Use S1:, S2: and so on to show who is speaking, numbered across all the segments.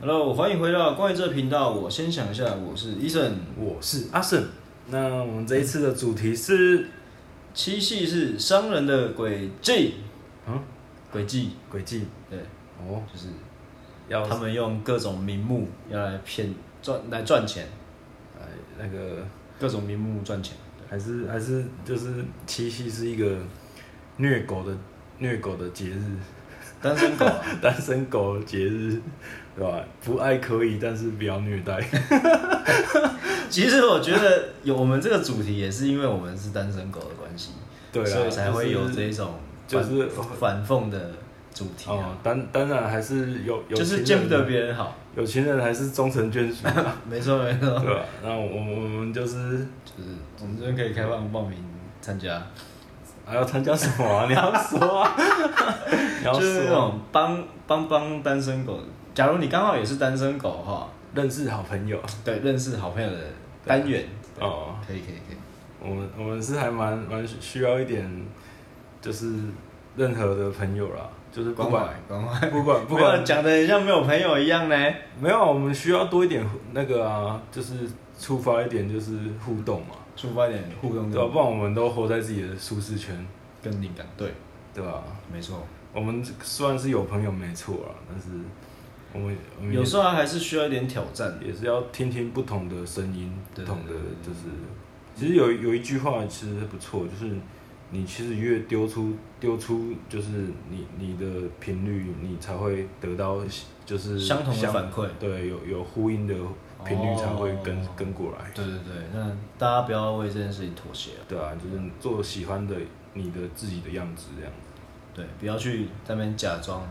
S1: Hello，欢迎回到关于这频道。我先想一下，我是医生。
S2: 我是阿胜。那我们这一次的主题是
S1: 七系是商人的轨迹，
S2: 嗯
S1: 轨迹，
S2: 诡计
S1: 对，
S2: 哦，
S1: 就是
S2: 要
S1: 他们用各种名目要来骗赚来赚钱，
S2: 哎那个
S1: 各种名目赚钱。
S2: 还是还是就是七夕是一个虐狗的虐狗的节日，
S1: 单身狗、啊，
S2: 单身狗节日，对吧？不爱可以，但是不要虐 待。
S1: 其实我觉得有我们这个主题也是因为我们是单身狗的关系，
S2: 对啊，
S1: 所以才会有
S2: 就是
S1: 这一种
S2: 就是
S1: 反反讽的主题
S2: 哦
S1: 啊，，
S2: 当当然还是有有
S1: 就是
S2: 情
S1: 见
S2: 人
S1: 不得别人好。
S2: 有情人还是终成眷属，啊
S1: 没错没错，
S2: 对吧？那我我我们就是
S1: 就是我们这边可以开放报名参加。
S2: 还要参加什么啊？你 要说啊，你要
S1: 就是那
S2: 说啊
S1: 种帮帮帮单身狗。假如你刚好也是单身狗哈，
S2: 认识好朋友
S1: 对，认识好朋友的单元，
S2: 哦。
S1: 可以可以可以。
S2: 我们我们是还蛮蛮需要一点，就是任何的朋友啦，就是不管
S1: 关怀，
S2: 不管不
S1: 不要
S2: 管
S1: 讲的像没有朋友一样呢。
S2: 没有，我们需要多一点那个啊，就是触发一点就是互动嘛，
S1: 出发点互动
S2: 对吧？
S1: 更
S2: 不然我们都活在自己的舒适圈，
S1: 更灵感，对，
S2: 对吧？
S1: 没错。
S2: 我们虽然是有朋友没错啦，但是我们我们也
S1: 有时候还是需要一点挑战。
S2: 也是要听听不同的声音，不
S1: 对
S2: 同的
S1: 对对
S2: 就是，其实有有一句话其实不错，就是你其实越丢出丢出，就是你你的频率，你才会得到就是
S1: 相同的反馈
S2: 对，有有呼应的频率才会跟、
S1: 哦
S2: 跟过来，
S1: 对对对，那大家不要为这件事情妥协啊，
S2: 对啊，就是你做喜欢的你的自己的样子这样，
S1: 对，不要去在那边假装，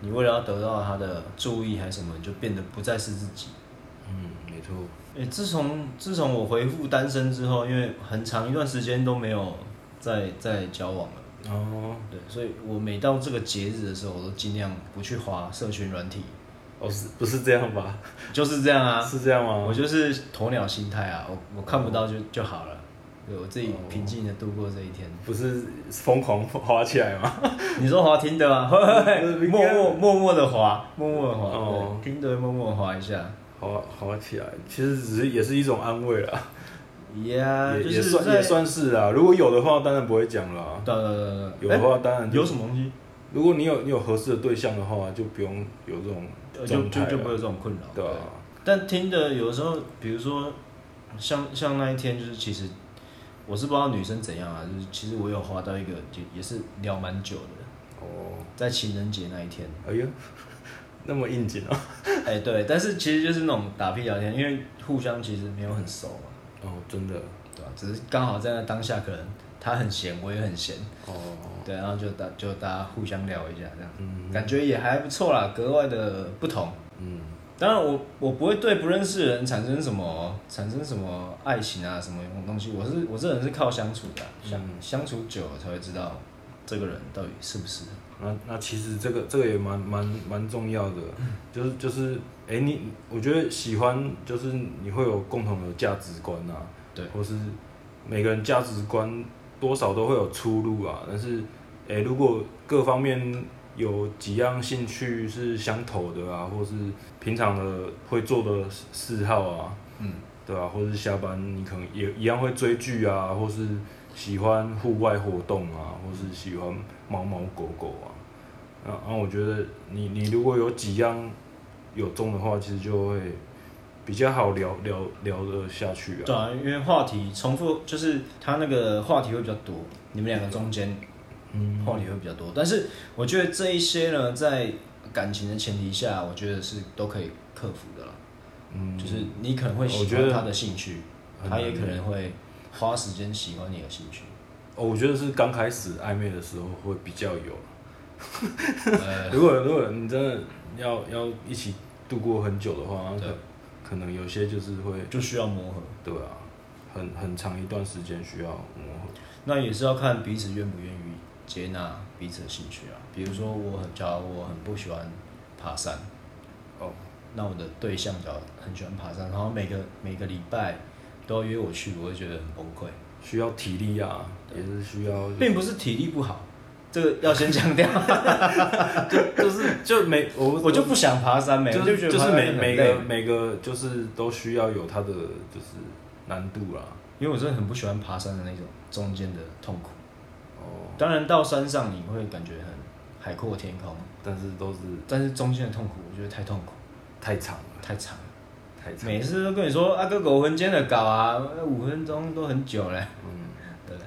S1: 你为了要得到他的注意还是什么，你就变得不再是自己。
S2: 嗯，没错，
S1: 诶，自从自从我恢复单身之后，因为很长一段时间都没有再再交往了，
S2: 哦
S1: 对，所以我每到这个节日的时候，我都尽量不去滑社群软体，
S2: 哦是不是这样吧？
S1: 就是这样啊，
S2: 是这样吗？
S1: 我就是鸵鸟心态啊，我我看不到就就好了，对我
S2: 哦
S1: 自己平静的度过这一天。
S2: 不是疯狂花起来吗？
S1: 你说滑听的 吗？ 默默默默的滑，默默的
S2: 哦
S1: 滑，听的默默地滑一下。
S2: 好啊好起来，其实只是也是一种安慰啦，
S1: 呀，
S2: 也
S1: 啊就
S2: 也
S1: 是
S2: 算
S1: 在
S2: 也算是啦。如果有的话，当然不会讲啦。
S1: 对对对对
S2: 有
S1: 对，
S2: 的
S1: 诶
S2: 话，当然就
S1: 有什么东西
S2: 如果你有你有合适的对象的话，就不用有这种
S1: 呃就
S2: 状态
S1: 就就不会
S2: 了，
S1: 有这种困扰，
S2: 对啊吧、
S1: 但听的有时候，比如说像像那一天，就是其实我是不知道女生怎样啊，就是其实我有滑到一个，就也是聊蛮久的，
S2: 哦，
S1: 在情人节那一天，
S2: 哎呀， 那么应景啊！
S1: 哎、对，但是其实就是那种打屁聊天，因为互相其实没有很熟嘛，
S2: 哦，真的，
S1: 对吧、只是刚好在那当下，可能他很闲，我也很闲，
S2: 哦，
S1: 对，然后就大就大家互相聊一下这样，
S2: 嗯
S1: 感觉也还不错啦，格外的不同。
S2: 嗯，
S1: 当然我，我不会对不认识的人产生什么产生什么爱情啊，什么东西。我是我这人是靠相处的啊、相、
S2: 嗯
S1: 相处久了才会知道这个人到底是不是。
S2: 那那其实这个这个也蛮蛮蛮重要的，就是就是，哎、你我觉得喜欢就是你会有共同的价值观啊，
S1: 对
S2: 或是每个人价值观多少都会有出入啊。但是，诶、如果各方面有几样兴趣是相投的啊，或是平常的会做的嗜好啊，
S1: 嗯，
S2: 对啊，或是下班你可能也一样会追剧啊，或是喜欢户外活动啊，或是喜欢猫猫狗狗啊。啊，然、后我觉得你你如果有几样有中的话，其实就会比较好聊聊聊得下去啊。
S1: 对啊，因为话题重复，就是他那个话题会比较多，你们两个中间
S2: 嗯，
S1: 话题会比较多。但是我觉得这一些呢，在感情的前提下，我觉得是都可以克服的啦。
S2: 嗯，
S1: 就是你可能会喜
S2: 我觉
S1: 欢
S2: 得
S1: 他的兴趣，
S2: 很
S1: 他
S2: 难
S1: 也可能会花时间喜欢你的兴趣。
S2: 哦，我觉得是刚开始暧昧的时候会比较有。
S1: 呃，
S2: 如果如果你真的要要一起度过很久的话，那
S1: 对
S2: 可可能有些就是会，
S1: 就需要磨合。
S2: 对啊，很很长一段时间需要磨合。
S1: 那也是要看彼此愿不愿意接纳彼此的兴趣啊。比如说，我很，假如我很不喜欢爬山，
S2: 哦，
S1: 那我的对象假如很喜欢爬山，然后每个每个礼拜都要约我去，我会觉得很崩溃，
S2: 需要体力啊，也是需要，
S1: 并不是体力不好，这个要先强调，
S2: 就是就每 我
S1: 我就不想爬山没，
S2: 就
S1: 我
S2: 是
S1: 觉得
S2: 就
S1: 爬
S2: 是
S1: 山
S2: 每
S1: 很
S2: 每
S1: 累
S2: 个每个就是都需要有它的就是难度啦。
S1: 因为我真的很不喜欢爬山的那种中间的痛苦。
S2: 哦，
S1: 当然到山上你会感觉很海阔天空，
S2: 但是都是
S1: 但是中间的痛苦我觉得太痛苦，
S2: 太长了，
S1: 太长了。
S2: 太长
S1: 每
S2: 了。
S1: 次都跟你说啊，个狗魂间的搞啊，五分钟都很久嘞。
S2: 嗯，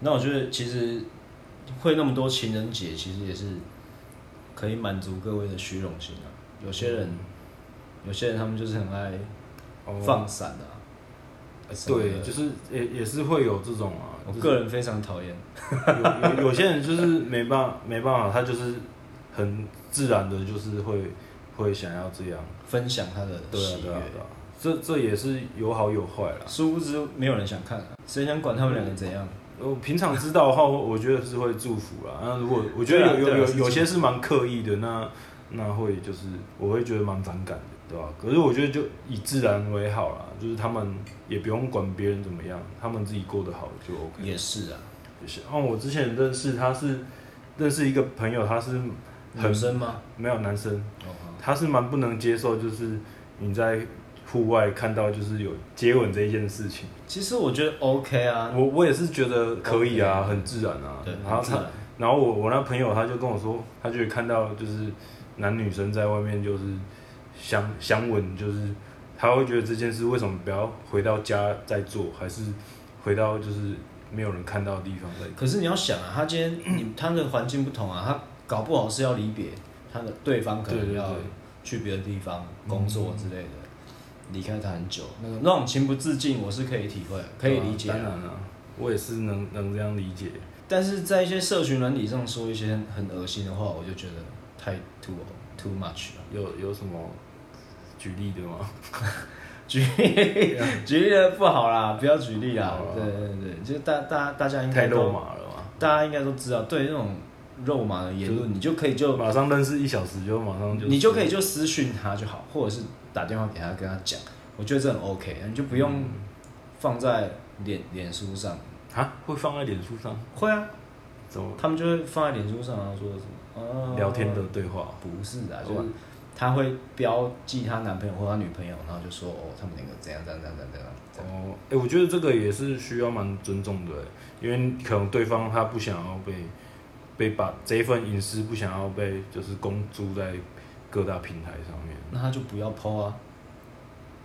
S1: 那我觉得其实会那么多情人节，其实也是可以满足各位的虚荣心啊。有些人，有些人他们就是很爱
S2: 哦哎
S1: 放闪啊。什么的
S2: 对，就是也也是会有这种啊。
S1: 我
S2: 就是
S1: 个人非常讨厌。
S2: 有有有些人就是没办法没办法，他就是很自然的，就是会会想要这样。
S1: 分享他的
S2: 对啊
S1: 喜
S2: 对
S1: 悦。
S2: 啊对啊，啊这这也是有好有坏啦。
S1: 殊不知没有人想看、啊，谁想管他们两个怎样？
S2: 我平常知道的话，我我觉得是会祝福啦。那如果我觉得有
S1: 对啊
S2: 有
S1: 对啊
S2: 有
S1: 是
S2: 有些是蛮刻意的，那那会就是我会觉得蛮反感的，对吧、可是我觉得就以自然为好啦，就是他们也不用管别人怎么样，他们自己过得好就 OK。
S1: 也是啊，
S2: 像我之前认识他是认识一个朋友，他是很
S1: 女生吗？
S2: 没有男生，
S1: 哦，
S2: 他是蛮不能接受，就是你在户外看到就是有接吻这一件事情。
S1: 其实我觉得 OK 啊，
S2: 我我也是觉得可以啊，
S1: OK
S2: 很自然啊。
S1: 对，
S2: 然后
S1: 很自
S2: 他，
S1: 然。
S2: 然后我我那朋友他就跟我说，他就看到就是男女生在外面就是相相吻，就是他会觉得这件事为什么不要回到家再做，还是回到就是没有人看到的地方再做？
S1: 可是你要想啊，他今天 你他的环境不同啊，他搞不好是要离别，他的对方可
S2: 对对
S1: 能
S2: 对
S1: 要去别的地方工作之类的，嗯离开他很久，那种那种情不自禁，我是可以体会，可以理解、
S2: 对啊当然了、我也是能能这样理解。
S1: 但是在一些社群软体上说一些很很恶心的话，我就觉得太 too too much 了。
S2: 有有什么举例的 吗？
S1: 举例举例的不好啦，不要举例啦
S2: 好啊。
S1: 对对对，就大大大家应
S2: 太
S1: 该都，
S2: 肉麻了嘛！
S1: 大家应该都知道，对那种肉麻的言论，你就可以就
S2: 马上认识一小时就马上就
S1: 你就可以就私讯他就好，或者是打电话给他跟他讲，我觉得这很 OK，你就不用
S2: 嗯
S1: 放在脸脸书上。
S2: 啊，会放在脸书上，
S1: 会啊，
S2: 怎么
S1: 他们就会放在脸书上，然后说什么、哦、
S2: 聊天的对话？
S1: 不是啊，
S2: 哦
S1: 就是她会标记她男朋友或她女朋友，然后就说哦，他们两个怎样怎样怎样怎样怎样。
S2: 哦，哎、我觉得这个也是需要蛮尊重的欸，因为可能对方他不想要被被把这一份隐私不想要被就是公诸在各大平台上面。
S1: 那她就不要 PO 啊，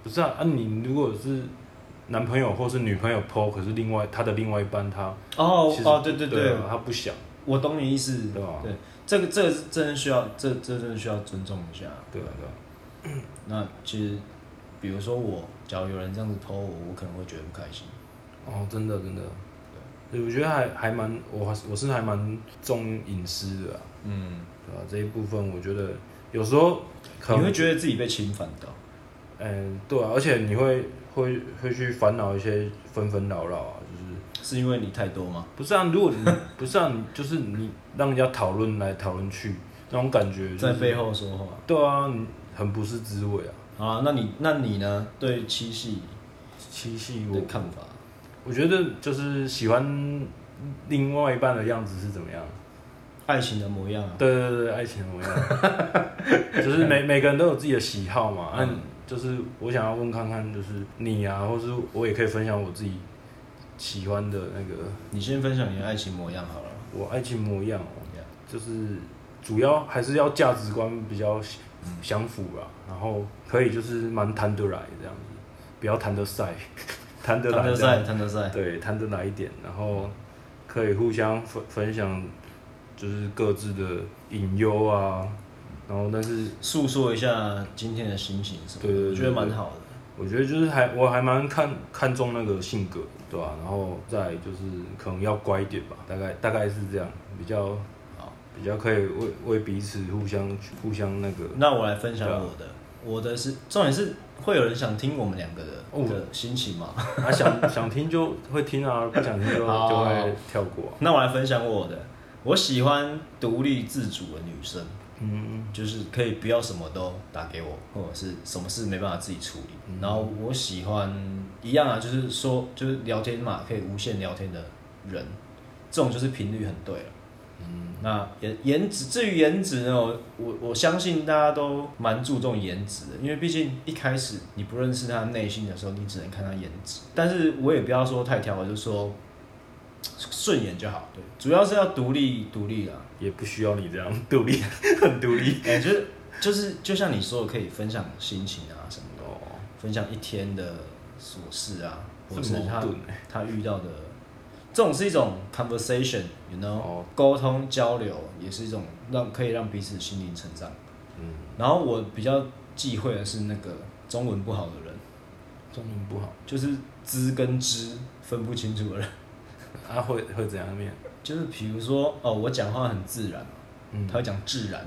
S2: 不是啊，啊你如果是男朋友或是女朋友 PO，可是另外他的另外一半他
S1: 哦
S2: 其实
S1: 哦，对对
S2: 对
S1: 对
S2: 啊，，他不想
S1: 我懂你意思，
S2: 对啊吧
S1: 对，这个这个是真的需要，这这真的需要尊重一下。
S2: 对啊对啊，
S1: 那其实，比如说我，假如有人这样子 PO 我，我可能会觉得不开心。
S2: 哦，真的真的，对，我觉得还还蛮，我还是我是还蛮重隐私的、啊，
S1: 嗯，
S2: 对吧、这一部分我觉得有时候可
S1: 你
S2: 能
S1: 会觉得自己被侵犯到。
S2: 嗯，对啊，而且你会会会去烦恼一些纷纷扰扰啊，就是
S1: 是因为你太多吗？
S2: 不是啊？如果你不是啊，你就是你让人家讨论来讨论去，那种感觉、就是、
S1: 在背，后说话
S2: 对啊，你很不是滋味啊。
S1: 啊？那你那你呢？对七夕
S2: 七夕我
S1: 的看法？
S2: 我觉得就是喜欢另外一半的样子是怎么样？
S1: 啊爱情的模样啊？
S2: 对对对，爱情的模样， 就是每每个人都有自己的喜好嘛。嗯、
S1: 嗯
S2: 就是我想要问看看，就是你啊，或是我也可以分享我自己喜欢的那个
S1: 你先分享你的爱情模样好了。
S2: 我爱情模样哦，就是主要还是要价值观比较相相符啦，然后可以就是蛮谈得来这样子，不要谈得晒， 谈得来
S1: 谭德
S2: 这样
S1: 赛，谭德赛，
S2: 对，谈得来一点，然后可以互相分分享，就是各自的隐忧啊，然后但是
S1: 诉说一下今天的心情什么的？
S2: 对对对
S1: 我觉得蛮好的。
S2: 我觉得就是还我还蛮看看重那个性格，对吧、然后再就是可能要乖一点吧，大概大概是这样，比较
S1: 好，
S2: 比较可以为为彼此互相互相那 个。
S1: 那我来分享
S2: 对啊
S1: 我的，我的是重点是会有人想听我们两个的
S2: 哦
S1: 的心情吗？
S2: 啊，想想听就会听啊，不想听 就
S1: 好
S2: 就会跳过、啊。
S1: 那我来分享我的，我喜欢独立自主的女生，
S2: 嗯，
S1: 就是可以不要什么都打给我，或者是什么事没办法自己处理。
S2: 嗯
S1: 然后我喜欢一样啊，就是说就是聊天嘛，可以无限聊天的人，这种就是频率很对了。
S2: 嗯，
S1: 那颜颜值，至于颜值呢，我我我相信大家都蛮注重颜值的，因为毕竟一开始你不认识他内心的时候，你只能看他颜值。但是我也不要说太挑，我就说顺眼就好。对，主要是要独立独立啦。
S2: 也不需要你这样独立，很独立。
S1: 哎、就是就是就像你说的，可以分享心情啊什么的，
S2: 哦，
S1: 分享一天的琐事啊，或者
S2: 这
S1: 是
S2: 矛
S1: 他
S2: 盾欸
S1: 他遇到的，这种是一种 conversation，you know。
S2: 哦，
S1: 沟通交流也是一种让可以让彼此心灵成长。
S2: 嗯，
S1: 然后我比较忌讳的是那个中文不好的人，
S2: 中文不好，
S1: 就是知跟知分不清楚的人。
S2: 啊会会怎样面？
S1: 就是比如说哦，我讲话很自然，
S2: 嗯
S1: 他会讲自 然。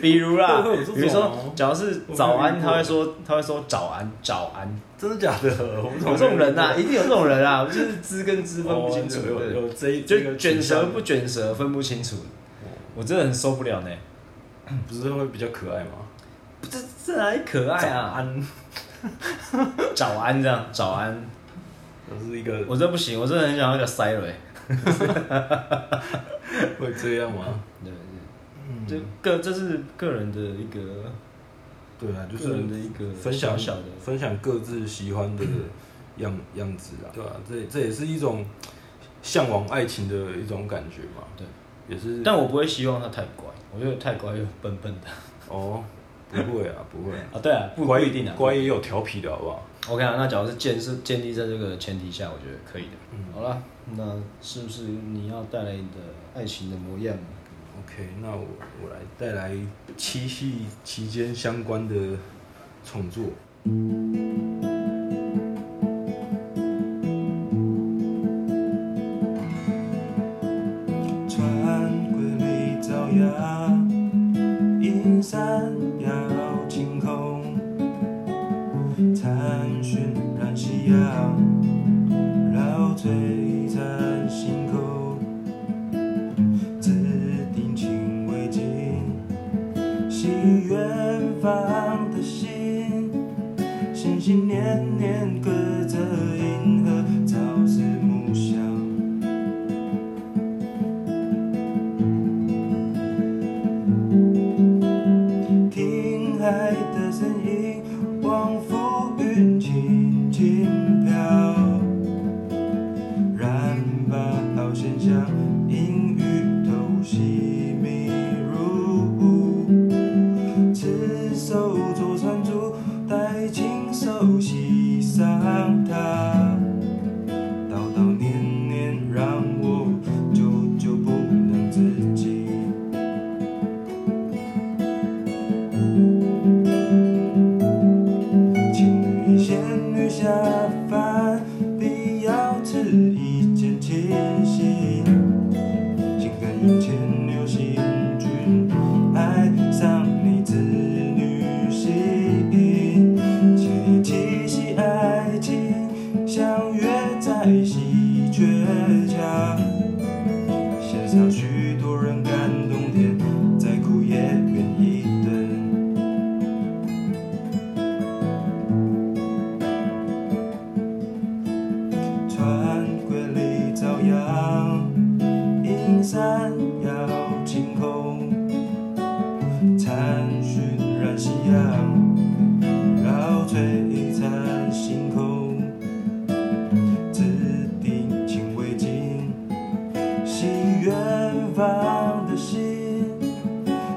S1: 比如啦，
S2: 会有这种哦
S1: 比如说，假如是早
S2: 我没有遇
S1: 安，
S2: 过
S1: 他会说他会说早安早安，
S2: 真的 假的？我哦怎么
S1: 有这种人啊，一定有这种人啊，就是知跟知分不清楚，
S2: 哦有
S1: 对
S2: 有有这一这
S1: 就
S2: 个
S1: 卷
S2: 倾向
S1: 舌不卷舌分不清楚，我真的很受不了呢。
S2: 不是会比较可爱吗？
S1: 这这哪里可爱
S2: 早
S1: 啊？
S2: 安，
S1: 早安这样，早安，
S2: 这是一 个
S1: 我这不行，我真的很想要一个 Siri。
S2: 会这样吗？
S1: 对对，
S2: 嗯，
S1: 这个这是个人的一个，
S2: 对啊，就
S1: 个人
S2: 是
S1: 的一个
S2: 分享
S1: 小小的
S2: 分享各自喜欢的样样子啊，对啊，这这也是一种向往爱情的一种感觉嘛，
S1: 对，
S2: 也是，
S1: 但我不会希望他太乖，我觉得太乖又笨笨的
S2: 哦，不会啊，不会啊，
S1: 啊。对啊， 不不
S2: 乖
S1: 一定啊。
S2: 乖也有调皮的好不好？
S1: OK 啊，那假如是建是建立在这个前提下，我觉得可以的。
S2: 嗯
S1: 好了，那是不是你要带来你的爱情的模样呢？
S2: ，OK，那我我来带来七夕期间相关的创作。
S3: 穿过每爪牙，映山摇晴空，残讯染夕阳，绕璀璨星空。自定情为镜，系远方的心，心心念念隔着银河，朝思暮想。听海的声音，仿佛云轻轻飘，染发现象，阴雨透析迷入，赤手做山竹，待青手系上它。叨叨念念让我久久不能自己。情侣仙女下凡，必要持一见倾心。心甘愿牵牛行军，爱上你织女心。七七夕爱情，相约在西鹊桥。鲜少许多人感动天，再苦也愿意等。穿过里朝阳，映山摇晴空，残讯染夕阳，绕璀璨星空，自定情为镜，系远方的心，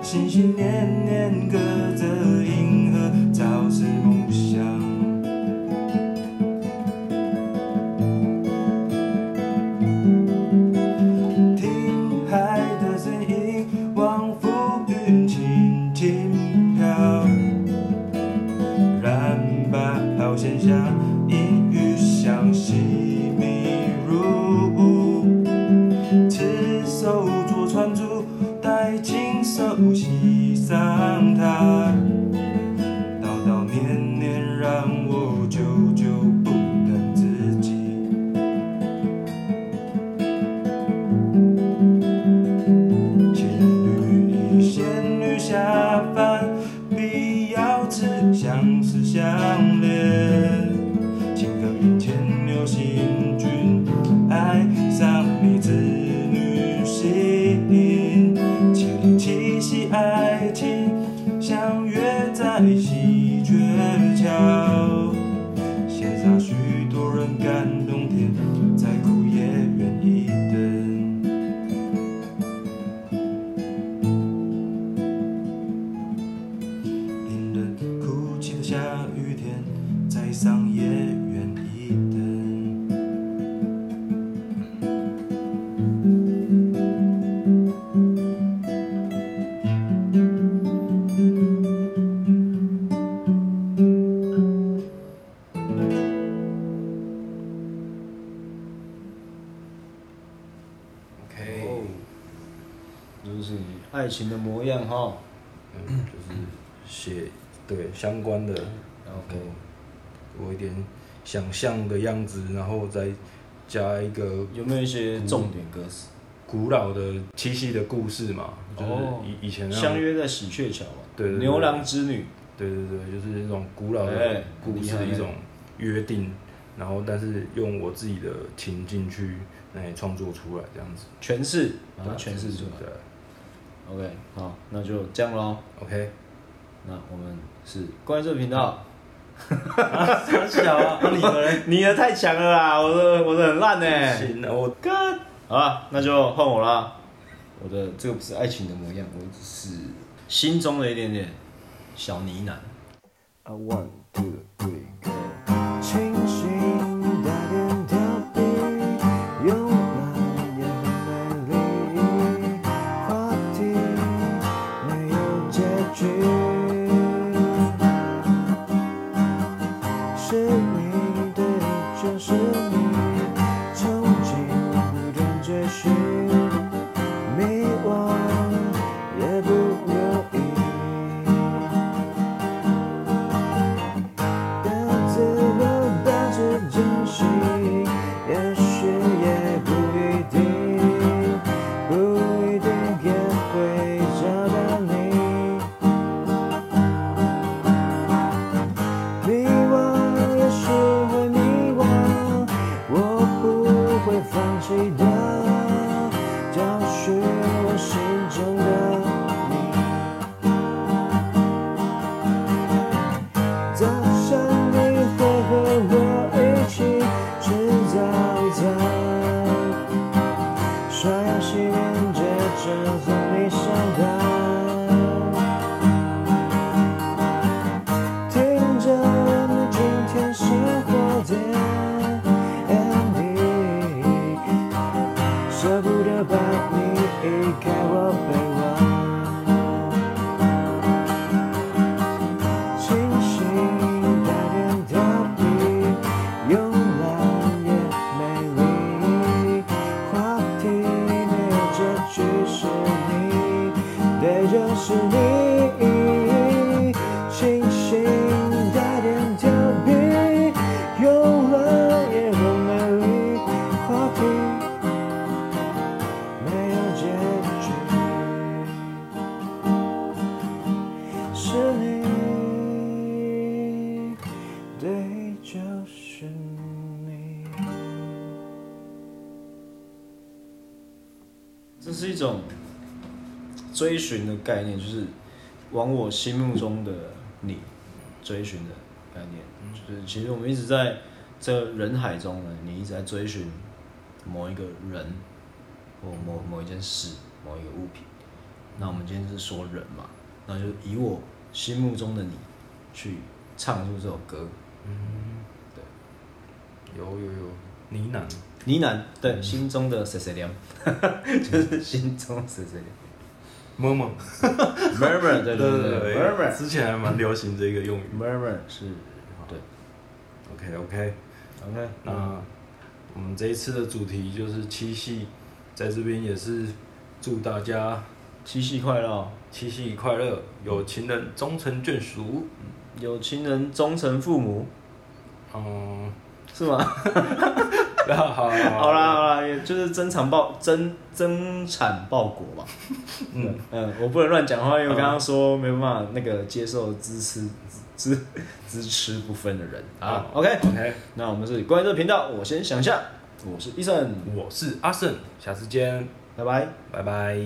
S3: 心心念念隔着银河，朝思暮想。听海的声音，仿佛云轻轻飘，染发好现象，阴雨相惜迷入，赤手做穿珠，待青手系上它，叨叨念念让我久久不能自己。千缕一仙女下凡，必要知相思相恋。情歌云牵牛行军，爱上你织女心。西鹊桥，羡洒许多人感动天，再苦也愿意等。令人哭泣的下雨天，再丧也愿意等。
S2: OK，
S1: 哦就是爱情的模样哈。
S2: 嗯就是写对相关的
S1: OK，
S2: 有一点想象的样子，然后再加一个
S1: 有没有一些
S2: 嗯
S1: 重点歌词？
S2: 古老的七夕的故事嘛，就是
S1: 哦
S2: 以以前那种
S1: 相约在喜鹊桥嘛，
S2: 对对对
S1: 牛郎织女，
S2: 对对对，就是那种古老
S1: 哎
S2: 的故
S1: 厉
S2: 事
S1: 害，
S2: 一种约定，然后但是用我自己的情境去来创作出来这样子，
S1: 诠释，把它
S2: 对啊
S1: 诠释出来。
S2: 对啊
S1: OK，好，那就这样喽。
S2: ，OK，
S1: 那我们是关于这个频道，
S2: 小啊，那你们嘞？
S1: 你的太强了啦，我的我的很烂呢。
S2: 行，我
S1: God，好了，那就换我啦。我的这个不是爱情的模样，我只是心中的一点点小呢喃。
S3: 啊，one two three go。清醒打点调皮，慵懒也很美丽，话题没有结局。是你对，就是你，憧憬不断追寻，迷惘也不留意。的自我保持珍惜，也许也不一定，不一定也会找到你。迷惘也是会迷惘，我不会放弃的，找寻我心中的你。早上你会和我一起吃早餐，刷牙洗脸，接着和你相谈，听着你今天生活点滴，舍不得把你移开我臂弯。清醒，带点调皮，慵懒也美丽。话题没有结局，是你，对，就是你。清醒，带点调皮，慵懒也很美丽。话题没有结局。是你，对，就是你。
S1: 这是一种追寻的概念，就是往我心目中的你追寻的概念。就是其实我们一直在这人海中呢，你一直在追寻某一个人或某某一件事、某一个物品。那我们今天是说人嘛，那就以我心目中的你去唱出这首歌。
S2: 有有有，呢喃，
S1: 呢喃，对，心中的谁谁凉，就是心中谁谁凉。
S2: 摸摸，
S1: murmur，对对对对，murmur。
S2: 之前还蛮流行这个用语
S1: murmur 是对
S2: ，OK OK。
S1: ，OK，
S2: 那我们这一次的主题就是七夕，在这边也是祝大家
S1: 七夕快乐哦，
S2: 七夕快乐，有情人终成眷属。
S1: 有情人终成父母，
S2: 嗯，
S1: 是吗？
S2: 好好
S1: 好啦，好啦，也就是增产报增增产报国吧。
S2: 嗯，
S1: 嗯，我不能乱讲话，因为我刚刚说没办法那个接受支持支支持不分的人啊。OK，
S2: OK，
S1: 那我们是关于这个频道，我先想一下，我是医生，
S2: 我是阿胜，下次见，
S1: 拜拜。
S2: 拜拜。